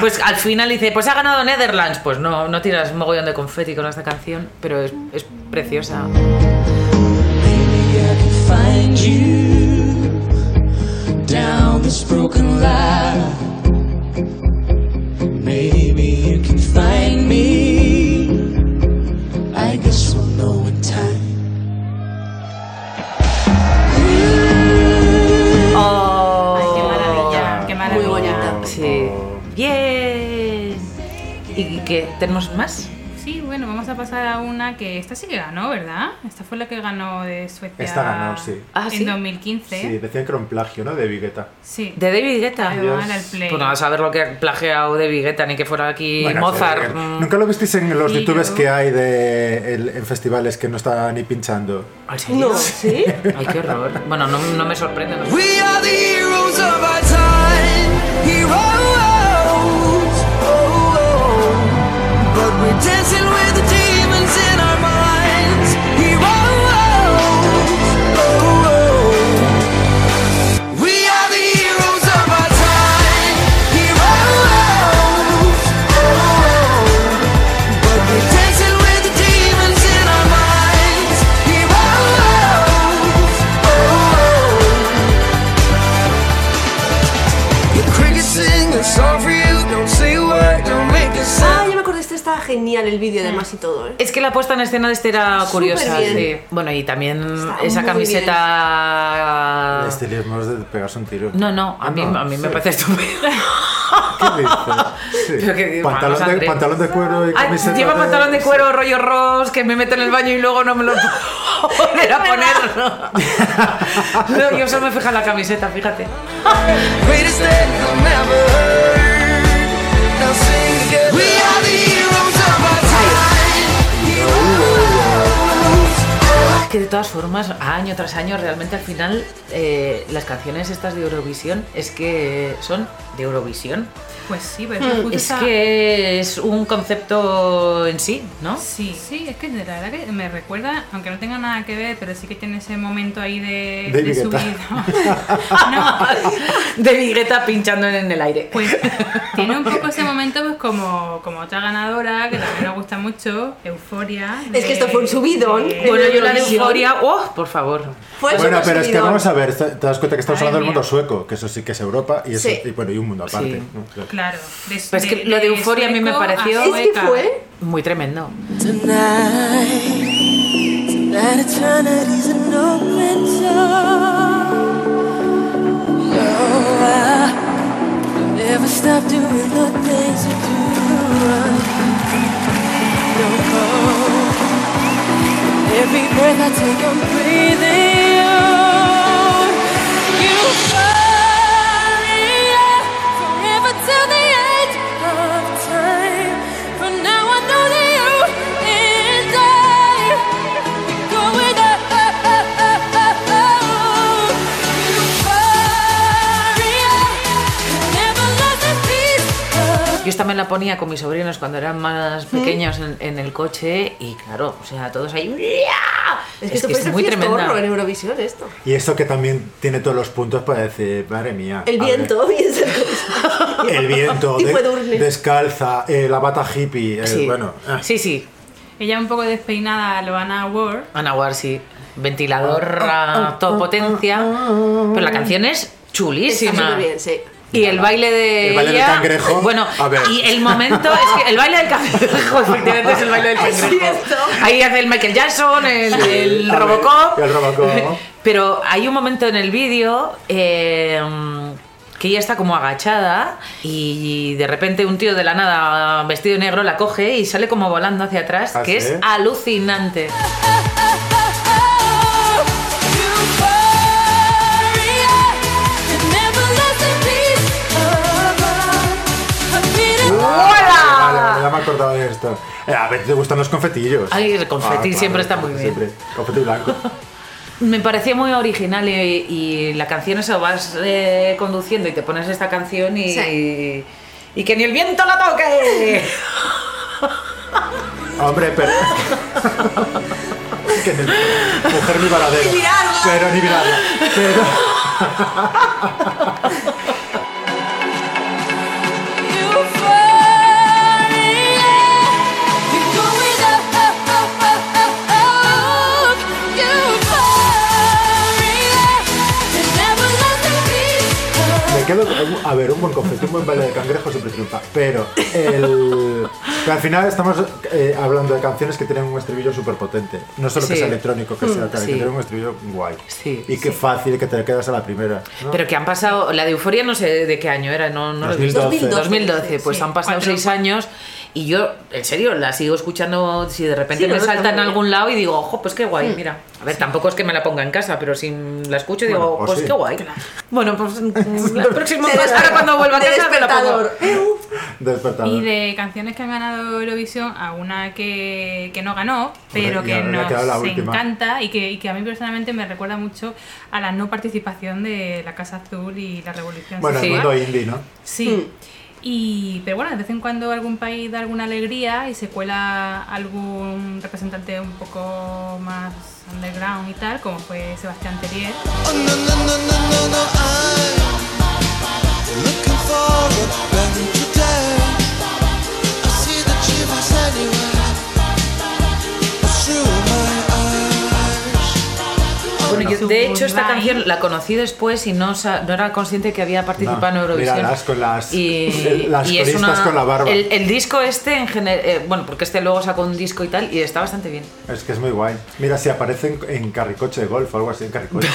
Speaker 4: pues al final dice, pues ha ganado Netherlands. Pues no, no tiras mogollón de confeti con esta canción, pero es, es preciosa.
Speaker 9: maybe I can find you down this broken ladder. Maybe you can find me. I guess we'll know in time.
Speaker 5: Ay, qué
Speaker 4: Oh,
Speaker 2: Ah,
Speaker 5: maravilla, qué maravilla.
Speaker 3: bonita.
Speaker 4: sí.
Speaker 3: Oh.
Speaker 4: Bien. ¿Y qué? ¿Tenemos más?
Speaker 5: Sí, bueno, vamos a pasar a una que esta sí que ganó, ¿verdad? Esta fue la que ganó de Suecia
Speaker 2: Esta ganó, sí.
Speaker 4: Ah,
Speaker 5: en
Speaker 4: ¿sí?
Speaker 5: 2015.
Speaker 2: Sí, decían que era un plagio, ¿no? De Vigueta.
Speaker 5: Sí.
Speaker 4: ¿De David Guetta?
Speaker 5: Ahí va, era el play.
Speaker 4: Pues no, a saber lo que ha plagiado David Guetta, ni que fuera aquí
Speaker 2: Bueno,
Speaker 4: Mozart.
Speaker 2: joder,
Speaker 4: Mm.
Speaker 2: Nunca lo visteis en los
Speaker 5: Sí,
Speaker 2: youtubers
Speaker 5: yo-
Speaker 2: que hay de, el- en festivales que no está ni pinchando.
Speaker 4: ¿En serio?
Speaker 2: <laughs>
Speaker 3: No, ¿sí?
Speaker 4: Ay, qué horror. Bueno, no, no me sorprende. no sé.
Speaker 9: We are the heroes of our time, heroes. Oh, oh. But we're dancing with the demons in our minds, heroes. Oh, oh. We are the heroes of our time, heroes. Oh, oh. But we're dancing with the demons in our minds, heroes. oh. oh. The crickets sing a song for you. Don't say a word, don't make a
Speaker 3: Ah,
Speaker 9: sound.
Speaker 3: yo me acordé, este está genial el vídeo además y todo, ¿eh?
Speaker 4: Es que la puesta en escena de este era curiosa.
Speaker 3: Superbién.
Speaker 4: sí. Bueno, y también
Speaker 3: Está
Speaker 4: esa
Speaker 3: muy
Speaker 4: camiseta.
Speaker 2: Este libro es de pegarse un tiro.
Speaker 4: No, no, a
Speaker 2: Ah,
Speaker 4: mí, a mí me
Speaker 2: sí.
Speaker 4: parece
Speaker 9: <laughs>
Speaker 4: estupendo.
Speaker 2: ¿Qué dices? <laughs> Sí.
Speaker 4: Pero que- vamos,
Speaker 2: pantalón, de,
Speaker 4: Andrés.
Speaker 2: pantalón de cuero y
Speaker 4: Ay,
Speaker 2: camiseta.
Speaker 4: lleva pantalón de cuero rollo Ross que me meto en el baño y luego no me lo
Speaker 9: <laughs>
Speaker 4: puedo volver a poner. No, yo solo me fijo en la camiseta, fíjate.
Speaker 9: Greatest thing you'll never heard. Now sing together. We are the heroes of our time.
Speaker 4: Que de todas formas, año tras año, realmente al final eh, las canciones estas de Eurovisión es que son de Eurovisión.
Speaker 5: Pues sí, pero
Speaker 3: Hmm,
Speaker 5: es,
Speaker 4: Es que es un concepto en sí, <laughs> ¿no?
Speaker 5: Sí, sí, es que de la verdad que me recuerda, aunque no tenga nada que ver, pero sí que tiene ese momento ahí de,
Speaker 2: David
Speaker 5: de
Speaker 2: Guetta.
Speaker 5: subida. no, <laughs>
Speaker 4: De Vigueta pinchando en el aire.
Speaker 5: pues tiene un poco ese momento pues como, como otra ganadora que también nos gusta mucho, Euforia.
Speaker 3: Es que esto fue un subidón.
Speaker 4: Bueno, yo la de
Speaker 3: Eurovisión.
Speaker 4: Euforia, oh, por favor.
Speaker 3: Fue el
Speaker 2: bueno, pero es que
Speaker 3: supersubidón.
Speaker 2: vamos a ver, te te das cuenta que estamos
Speaker 5: Ay,
Speaker 2: hablando del
Speaker 5: mía.
Speaker 2: mundo sueco, que eso sí que es Europa y, eso,
Speaker 3: Sí.
Speaker 2: y, bueno, y un mundo aparte.
Speaker 4: Sí.
Speaker 2: ¿no? Claro.
Speaker 5: Claro. de-
Speaker 4: Pues que lo de Euforia a mí me
Speaker 5: sueco
Speaker 4: pareció-
Speaker 5: a
Speaker 4: Es
Speaker 3: Es que
Speaker 5: sueca.
Speaker 3: fue
Speaker 4: Muy tremendo.
Speaker 9: Tonight, tonight eternity's an open door. No, I never stop doing the things you do. No more. Every breath I take, I'm breathing. you. Euphoria, forever till the end of time. For now I know that you and I going up. Euphoria, never lost a piece of
Speaker 4: Yo también la ponía con mis sobrinos cuando eran más pequeños en, en el coche y claro, o sea, todos ahí...
Speaker 3: Es que esto fue muy en
Speaker 4: ¿eh?
Speaker 3: Eurovisión esto.
Speaker 2: Y eso que también tiene todos los puntos para decir, madre mía.
Speaker 3: El
Speaker 2: a ver,
Speaker 3: viento <laughs> y esas cosas.
Speaker 2: el
Speaker 4: <laughs>
Speaker 2: viento,
Speaker 3: Tipo
Speaker 2: de-
Speaker 3: Edurne.
Speaker 2: descalza, eh, la bata hippie, eh,
Speaker 4: Sí.
Speaker 2: bueno. ah.
Speaker 4: sí, sí.
Speaker 5: Ella un poco despeinada, Loana Ward.
Speaker 4: Anahuar, sí. Ventilador a todo potencia. Pero la canción es
Speaker 3: Está
Speaker 4: chulísima.
Speaker 3: súper bien, sí.
Speaker 4: Y el baile de.
Speaker 2: El baile del
Speaker 4: ella-
Speaker 2: cangrejo.
Speaker 4: Bueno,
Speaker 2: A ver.
Speaker 4: y el momento. Es que el baile del cangrejo, <laughs> efectivamente, es el
Speaker 3: <laughs>
Speaker 4: baile del
Speaker 3: Es
Speaker 4: cangrejo.
Speaker 3: cierto.
Speaker 4: Ahí hace el Michael Jackson, el, el
Speaker 2: a ver,
Speaker 4: Robocop.
Speaker 2: el Robocop.
Speaker 4: <laughs> Pero hay un momento en el vídeo eh, que ella está como agachada y de repente un tío de la nada vestido de negro la coge y sale como volando hacia atrás,
Speaker 2: ¿Ah,
Speaker 4: que
Speaker 2: sí?
Speaker 4: es alucinante.
Speaker 2: Ah, Vale, vale, ya me acordaba de esto. Eh, a ver, ¿te gustan los confetillos? Ah,
Speaker 4: Ay, el confeti siempre está muy bien.
Speaker 2: siempre. Confeti blanco.
Speaker 4: Me parecía muy original y, y la canción eso, vas eh, conduciendo y te pones esta canción y, y que ni el viento la
Speaker 3: <laughs>
Speaker 4: toque.
Speaker 2: Hombre, pero... <laughs> Que ni- Mujer ni baladero. Ni mirarla. Pero ni mirarla. Pero... Me quedo con- a ver, un buen confeti, un buen baile de cangrejo siempre triunfa. Pero el. pero al final estamos eh, hablando de canciones que tienen un estribillo súper potente. No solo que
Speaker 4: Sí. Mm,
Speaker 2: sea electrónico, que sea tal,
Speaker 4: sí.
Speaker 2: que tienen un estribillo guay.
Speaker 4: Sí,
Speaker 2: Y qué fácil que te quedas a la primera. ¿no?
Speaker 4: Pero que han pasado, la de Euforia no sé de qué año era, no, no lo he visto.
Speaker 2: 2012.
Speaker 4: 2012, pues
Speaker 5: Sí,
Speaker 4: han pasado
Speaker 5: cuatro.
Speaker 4: seis años y yo, en serio, la sigo escuchando si de repente
Speaker 3: Sí, no,
Speaker 4: me
Speaker 3: no, está
Speaker 4: salta en
Speaker 3: muy bien. Hmm.
Speaker 4: algún lado y digo, ojo, pues qué guay, mira. A ver, tampoco es que me la ponga en casa, pero si la escucho digo,
Speaker 2: Bueno, o
Speaker 4: pues
Speaker 2: sí.
Speaker 4: qué guay. Bueno, pues
Speaker 2: <laughs>
Speaker 4: el próximo
Speaker 3: Será-
Speaker 4: mes, pues, ahora
Speaker 3: <laughs>
Speaker 4: cuando vuelva a
Speaker 3: de
Speaker 4: casa me la pongo.
Speaker 3: despertador. Eu.
Speaker 2: Despertador.
Speaker 5: Y de canciones que han ganado Eurovisión, a una que, que no ganó, pero
Speaker 2: Hombre, y
Speaker 5: que
Speaker 2: habrá
Speaker 5: nos
Speaker 2: quedado la última.
Speaker 5: encanta y que, y que a mí personalmente me recuerda mucho a la no participación de la Casa Azul y la Revolución
Speaker 2: Bueno,
Speaker 4: Sí.
Speaker 2: el mundo indie, ¿no?
Speaker 5: Sí. Y, pero bueno, de vez en cuando algún país da alguna alegría y se cuela algún representante un poco más underground y tal, como fue Sebastián Tellier.
Speaker 9: Oh no no no no no no I'm looking for a better today. I see the shivers anywhere, but through my eyes.
Speaker 4: Bueno, yo
Speaker 5: Su
Speaker 4: de hecho esta
Speaker 5: Goodbye.
Speaker 4: canción la conocí después y no, sa- no era consciente que había participado en
Speaker 2: No,
Speaker 4: Eurovisión.
Speaker 2: míralas con las-
Speaker 4: y,
Speaker 2: <laughs> las
Speaker 4: y es
Speaker 2: coristas
Speaker 4: una-
Speaker 2: con la barba.
Speaker 4: El, el disco este en general, bueno, porque este luego sacó un disco y tal y está bastante bien.
Speaker 2: Es que es muy guay. Mira, si aparecen en carricoche de golf o algo así, en
Speaker 4: <laughs>
Speaker 2: carricoche.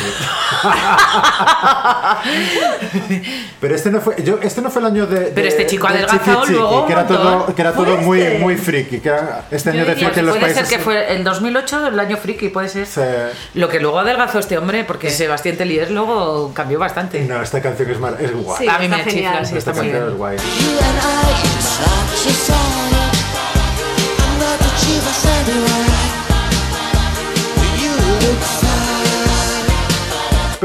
Speaker 2: Pero este no fue, yo, este no fue el año de.
Speaker 4: Pero
Speaker 2: de-
Speaker 4: este chico
Speaker 2: del
Speaker 4: adelgazado
Speaker 2: chiqui chiqui,
Speaker 4: luego un
Speaker 2: que era todo,
Speaker 4: montón.
Speaker 2: que era
Speaker 3: ¿Fue
Speaker 2: todo muy,
Speaker 3: este?
Speaker 2: muy friki. Que era- este año
Speaker 5: Yo
Speaker 2: decía
Speaker 5: diría
Speaker 2: que
Speaker 5: que
Speaker 2: en los
Speaker 4: Puede ser
Speaker 2: países.
Speaker 4: que fue el 2008 el año friki, puede ser.
Speaker 2: se-
Speaker 4: Lo que luego adelgazó este hombre, porque Sebastián Tellier luego cambió bastante.
Speaker 2: No, esta canción es, mar... es guay.
Speaker 3: Sí,
Speaker 4: A mí
Speaker 3: está
Speaker 4: me
Speaker 3: genial.
Speaker 4: chifla, sí,
Speaker 2: esta
Speaker 4: está muy
Speaker 2: canción
Speaker 4: bien.
Speaker 2: es guay.
Speaker 9: You and I in such a sauna. I'm not the shivers anywhere. You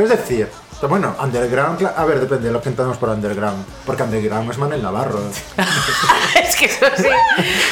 Speaker 9: look
Speaker 2: decir. Pero Bueno, underground, cla- a ver, depende de lo que entendamos por underground. Porque underground es Manuel Navarro.
Speaker 4: <laughs> es que eso sí.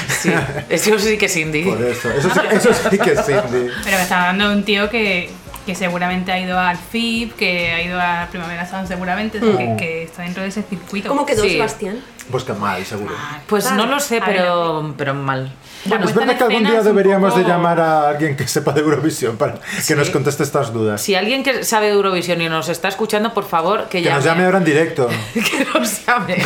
Speaker 2: <laughs>
Speaker 4: Sí, eso sí que es indie.
Speaker 2: Por eso. Eso sí, eso sí que es indie.
Speaker 5: Pero me está hablando de un tío que, que seguramente ha ido al FIB, que ha ido a Primavera Sound seguramente, o sea,
Speaker 2: Mm.
Speaker 5: que, que está dentro de ese circuito.
Speaker 3: ¿Cómo quedó
Speaker 4: Sí.
Speaker 3: Sebastián?
Speaker 2: Pues que mal, seguro.
Speaker 4: Pues no lo sé,
Speaker 5: A
Speaker 4: pero, pero mal.
Speaker 5: La
Speaker 2: Bueno, es
Speaker 5: puesta en
Speaker 2: verdad que algún
Speaker 5: escena
Speaker 2: día
Speaker 5: es un
Speaker 2: deberíamos de
Speaker 5: poco-
Speaker 2: llamar a alguien que sepa de Eurovisión para que nos conteste estas dudas.
Speaker 4: Si alguien que sabe de Eurovisión y nos está escuchando, por favor, que,
Speaker 2: que nos llame
Speaker 4: <laughs> llame.
Speaker 2: ahora en directo.
Speaker 4: que
Speaker 2: <laughs>
Speaker 4: nos llame.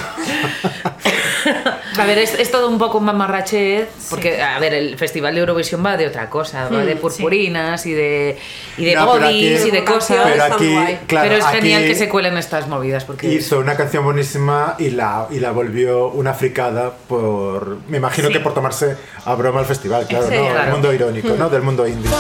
Speaker 4: a ver, es, es todo un poco un mamarrachez, porque, a ver, el Festival de Eurovisión va de otra cosa, va de purpurinas y de, y de
Speaker 2: No, pero aquí-
Speaker 4: bodies y de cosas.
Speaker 2: Pero
Speaker 3: está
Speaker 2: aquí,
Speaker 3: muy guay.
Speaker 2: claro,
Speaker 4: Pero es
Speaker 2: aquí
Speaker 4: genial que se cuelen estas movidas, porque...
Speaker 2: Hizo una canción buenísima y la, y la volvió una fricada por. Me imagino que por tomarse a broma el festival, claro,
Speaker 4: Sí,
Speaker 2: ¿no? Del
Speaker 4: claro.
Speaker 2: mundo irónico, ¿no? Del mundo
Speaker 4: <laughs>
Speaker 2: indie.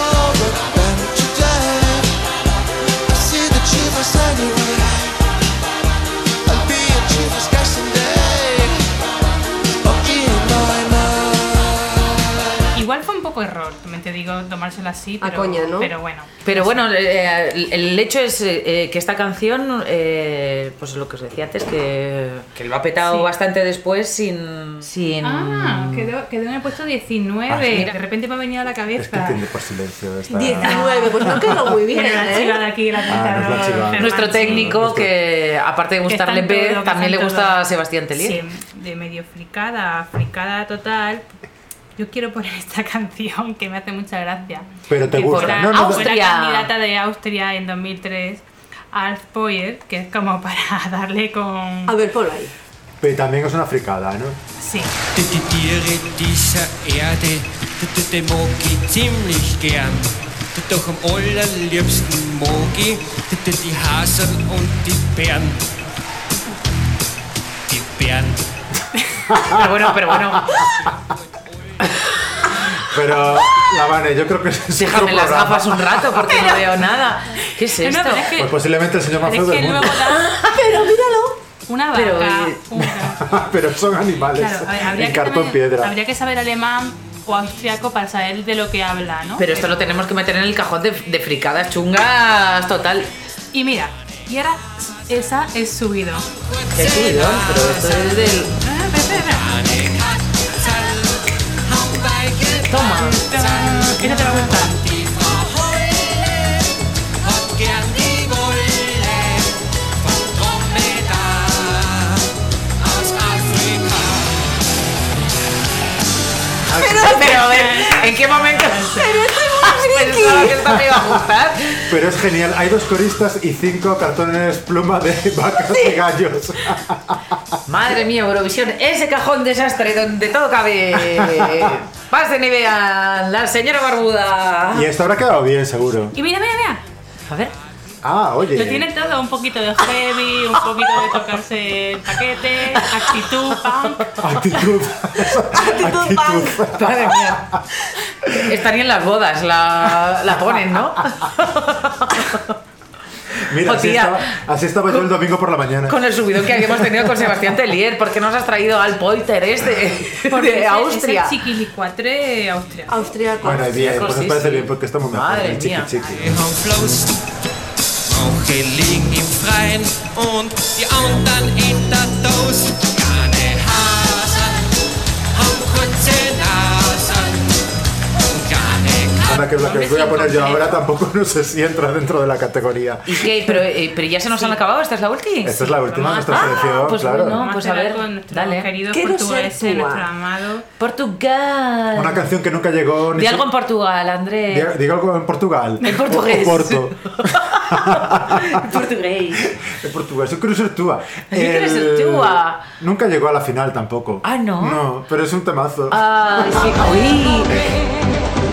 Speaker 5: Igual fue un poco error, también te digo, tomárselo así,
Speaker 3: A
Speaker 5: pero,
Speaker 3: coña, ¿no?
Speaker 5: pero bueno.
Speaker 4: Pero bueno, eh, el- el hecho es eh, que esta canción, eh, pues lo que os decía antes, que, que lo ha petado
Speaker 5: Sí.
Speaker 4: bastante después sin... sin
Speaker 5: Ah, quedó, quedó en el puesto 19.
Speaker 2: Ah, mira.
Speaker 5: de repente me ha venido a la
Speaker 2: Es que
Speaker 5: cabeza.
Speaker 2: entiende por silencio esta.
Speaker 3: 19, pues no quedó muy bien,
Speaker 5: Bueno, la
Speaker 3: ¿eh?
Speaker 5: chiva de aquí, la
Speaker 2: Ah, nos la
Speaker 5: contador,
Speaker 2: chivamos.
Speaker 5: Ferran,
Speaker 4: Nuestro
Speaker 5: sí.
Speaker 4: técnico,
Speaker 2: nuestro-
Speaker 4: que aparte de
Speaker 5: Que está
Speaker 4: gustarle
Speaker 5: en todo,
Speaker 4: Pez,
Speaker 5: que está
Speaker 4: también
Speaker 5: en
Speaker 4: le
Speaker 5: todo.
Speaker 4: gusta a Sebastián Tellier.
Speaker 5: Sí, de medio fricada, fricada total. Yo quiero poner <laughs> esta canción que me hace mucha gracia.
Speaker 2: Pero te
Speaker 5: que
Speaker 2: gusta.
Speaker 5: fue la-
Speaker 2: No, no, no.
Speaker 5: fue la
Speaker 4: Austria.
Speaker 5: candidata de Austria en 2003, Alf Poyer, que es como <laughs> para darle con...
Speaker 3: A ver, ponlo ahí. <laughs>
Speaker 2: Pero también es una fricada, ¿no?
Speaker 5: Sí.
Speaker 10: Die Tiere dieser Erde, d- d- dem mag ich ziemlich gern. D- Doch am allerliebsten mag ich d- d- die Hasen und die Bären. Die Bären.
Speaker 4: Pero bueno, pero <laughs> bueno, <laughs>
Speaker 2: Pero, la Vane, yo creo que es otro
Speaker 4: déjame las
Speaker 2: programa.
Speaker 4: gafas un rato porque no veo nada. ¿Qué es
Speaker 5: No,
Speaker 4: esto?
Speaker 5: pero es que,
Speaker 2: Pues posiblemente el señor más
Speaker 5: pero
Speaker 2: feo del
Speaker 5: es que
Speaker 2: mundo.
Speaker 5: luego da
Speaker 3: Pero míralo.
Speaker 5: una vaca,
Speaker 4: Pero, eh,
Speaker 5: una-
Speaker 2: <laughs> Pero son animales.
Speaker 5: Claro,
Speaker 2: <laughs>
Speaker 5: a ver, habría,
Speaker 2: en
Speaker 5: que
Speaker 2: cartón
Speaker 5: también-
Speaker 2: piedra.
Speaker 5: habría que saber alemán o austriaco para saber de lo que habla, ¿no?
Speaker 4: Pero esto lo tenemos que meter en el cajón de, de fricadas chungas, total.
Speaker 5: Y mira, y ahora esa es subido.
Speaker 4: Qué subidón, pero esto es del...
Speaker 5: Ah, espera, espera,
Speaker 4: Toma.
Speaker 5: espera. Esa te va a gustar.
Speaker 4: Pero, pero a ver, ¿en qué momento Pues
Speaker 3: Pero
Speaker 4: <laughs>
Speaker 3: esto es muy
Speaker 4: pensaba que
Speaker 3: friki.
Speaker 4: esta me iba a gustar?
Speaker 2: Pero es genial, hay dos coristas y cinco cartones pluma de <laughs> vacas y gallos.
Speaker 4: Madre mía, Eurovisión, ese cajón desastre donde todo
Speaker 5: <laughs>
Speaker 4: cabe. Pasen y vean, la señora barbuda.
Speaker 2: Y esto habrá quedado bien, seguro.
Speaker 5: Y mira, mira, mira.
Speaker 4: A ver,
Speaker 2: Ah, oye.
Speaker 4: Eh.
Speaker 5: Lo tiene todo, un poquito de heavy, un poquito de tocarse el paquete, actitud, punk.
Speaker 2: <laughs> Actitud.
Speaker 3: Actitud punk.
Speaker 4: madre mía. Estaría en las bodas, la, la ponen, ¿no?
Speaker 2: Mira, así
Speaker 4: Oh, tía.
Speaker 2: estaba, así estaba yo el domingo por la mañana.
Speaker 4: Con el subidón que hemos tenido con Sebastián Tellier, ¿por qué nos has traído al Polter este
Speaker 5: Porque ese-
Speaker 4: de Austria? Ah,
Speaker 5: Ese chiquilicuatre austriaco.
Speaker 3: Austriaco.
Speaker 2: Bueno, bien, pues
Speaker 4: sí,
Speaker 2: nos parece
Speaker 4: sí.
Speaker 2: bien porque estamos mejor.
Speaker 4: Madre
Speaker 2: el chiqui
Speaker 4: mía.
Speaker 2: chiqui.
Speaker 10: Wir haben Floß, manche liegen im Freien und die anderen in der Dose. Gerne Hasen, haben kurze Nasen und gerne Katzen.
Speaker 2: Ahora que la que os voy a poner yo ahora tampoco no sé si entra dentro de la categoría.
Speaker 4: ¿Y qué? Pero, eh, pero ya se nos han acabado, esta es la última.
Speaker 2: Esta es la última, nuestra
Speaker 4: Ah,
Speaker 2: selección,
Speaker 4: pues
Speaker 2: claro.
Speaker 4: bueno.
Speaker 5: Vamos
Speaker 4: pues a
Speaker 5: cerrar
Speaker 4: ver,
Speaker 5: con nuestro
Speaker 4: dale.
Speaker 5: querido
Speaker 3: Quiero ser
Speaker 5: portugués,
Speaker 3: tú,
Speaker 5: nuestro
Speaker 3: ah.
Speaker 5: amado.
Speaker 4: Portugal.
Speaker 2: Una canción que nunca llegó ni
Speaker 4: Di algo en
Speaker 2: su-
Speaker 4: Portugal, Andrés.
Speaker 2: Di- Digo algo en Portugal.
Speaker 4: En portugués.
Speaker 2: O- o Porto.
Speaker 4: <laughs> Portugués.
Speaker 2: En portugués. Yo quiero ser túa.
Speaker 4: Yo quiero
Speaker 2: El-
Speaker 4: ser túa.
Speaker 2: Nunca llegó a la final tampoco.
Speaker 4: Ah, ¿no? Ah,
Speaker 2: No, pero es un temazo.
Speaker 4: Ay, sí. Uy.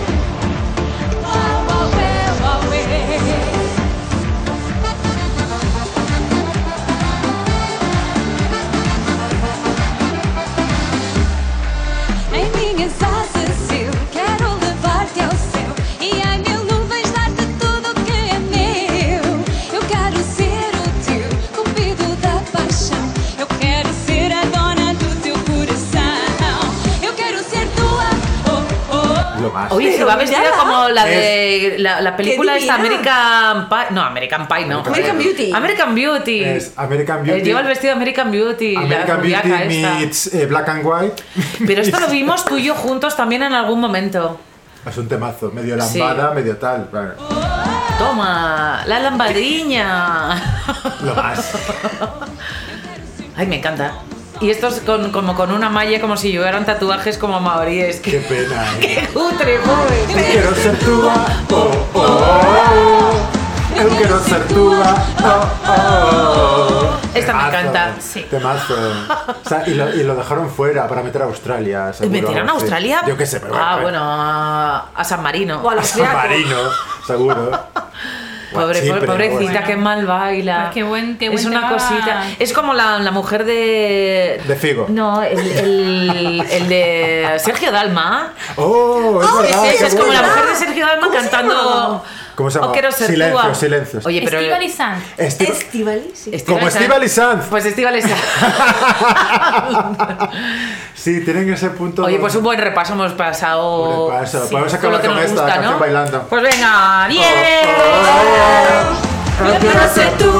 Speaker 6: Em minhas asas eu quero levar-te ao céu E em mil nuvens dar-te tudo o que é meu Eu quero ser o teu cupido da paixão Eu quero ser a dona do teu coração Eu quero ser tua, oh, oh
Speaker 2: lo más.
Speaker 4: Oye, se
Speaker 3: Pero
Speaker 4: va vestida
Speaker 3: mírala.
Speaker 4: como la de la, la película
Speaker 3: ¡Qué
Speaker 4: esta
Speaker 3: divina!
Speaker 4: American Pie. No, American Pie no.
Speaker 3: American
Speaker 4: joder.
Speaker 3: Beauty.
Speaker 4: American Beauty.
Speaker 2: Es American Beauty.
Speaker 4: Eh, Lleva el vestido de American Beauty. la
Speaker 2: American Beauty
Speaker 4: rubiaca esta.
Speaker 2: meets eh, Black and White.
Speaker 4: Pero esto lo vimos tú y yo juntos también en algún momento.
Speaker 2: Es un temazo, medio lambada, medio tal. bueno,
Speaker 4: Toma, la
Speaker 2: <laughs>
Speaker 4: lambadiña.
Speaker 2: lo más.
Speaker 4: <laughs> Ay, me encanta. Y estos con, como con una malla, como si llevaran tatuajes como maoríes.
Speaker 2: Qué
Speaker 4: <laughs> Qué
Speaker 2: pena. ¿eh?
Speaker 4: cutre, pobre.
Speaker 2: Eu quiero ser tuya, oh, oh, oh. Eu quiero ser tuya, oh, oh, oh.
Speaker 4: Esta me
Speaker 2: Temazo,
Speaker 4: encanta, sí.
Speaker 2: Temazo. O sea, y lo, y lo dejaron fuera para meter a Australia.
Speaker 4: ¿Y
Speaker 2: seguro,
Speaker 4: ¿Metieron a
Speaker 2: sí.
Speaker 4: Australia?
Speaker 2: Yo qué sé, pero
Speaker 4: Ah,
Speaker 2: <laughs>
Speaker 4: bueno, a, a San Marino.
Speaker 3: O a los
Speaker 2: San
Speaker 3: austriacos.
Speaker 2: Marino, seguro.
Speaker 4: Pobre,
Speaker 2: Sí,
Speaker 4: pobre-
Speaker 2: pero
Speaker 4: pobrecita,
Speaker 2: bueno.
Speaker 4: que mal baila.
Speaker 5: Pues qué buen- qué
Speaker 4: es
Speaker 5: buen
Speaker 4: una
Speaker 5: tema.
Speaker 4: cosita. Es como la, la mujer de.
Speaker 2: De Figo.
Speaker 4: No, el, el, el de Sergio Dalma.
Speaker 2: Oh, es verdad.
Speaker 4: Esa
Speaker 2: qué
Speaker 4: es como la
Speaker 2: bueno.
Speaker 4: mujer de Sergio Dalma
Speaker 3: ¿Cómo se
Speaker 4: cantando.
Speaker 3: llama?
Speaker 2: ¿Cómo se llama?
Speaker 4: O quiero ser
Speaker 2: Silencio,
Speaker 4: tú.
Speaker 2: silencio.
Speaker 4: Oye, pero.
Speaker 5: Estíbaliz Sanz.
Speaker 2: Esti-
Speaker 3: Estivali, sí.
Speaker 4: Estíbaliz
Speaker 2: Como
Speaker 4: Sanz.
Speaker 2: Estíbaliz Sanz.
Speaker 4: Pues Estíbaliz Sanz.
Speaker 2: <laughs>
Speaker 4: <laughs>
Speaker 2: Sí, tienen ese punto.
Speaker 4: Oye, pues un
Speaker 2: donde-
Speaker 4: buen repaso hemos pasado.
Speaker 2: Un repaso. Podemos
Speaker 4: con
Speaker 2: acabar
Speaker 4: lo que
Speaker 2: con
Speaker 4: nos
Speaker 2: esta
Speaker 4: gusta,
Speaker 2: canción
Speaker 4: ¿no?
Speaker 2: bailando. Oh,
Speaker 4: Pues venga, ¡bien!
Speaker 2: Yo quiero ser
Speaker 4: tú.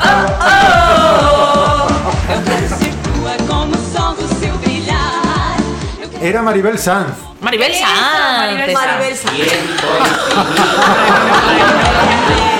Speaker 4: Oh,
Speaker 6: Eu quero ser tua como o sol do seu brilhar. Eu quero
Speaker 2: Era Maribel Sanz.
Speaker 4: Maribel Sanz.
Speaker 5: Maribel
Speaker 4: esa.
Speaker 3: Maribel Sanz.
Speaker 10: Tiempo
Speaker 5: Ay, no, no, no, no.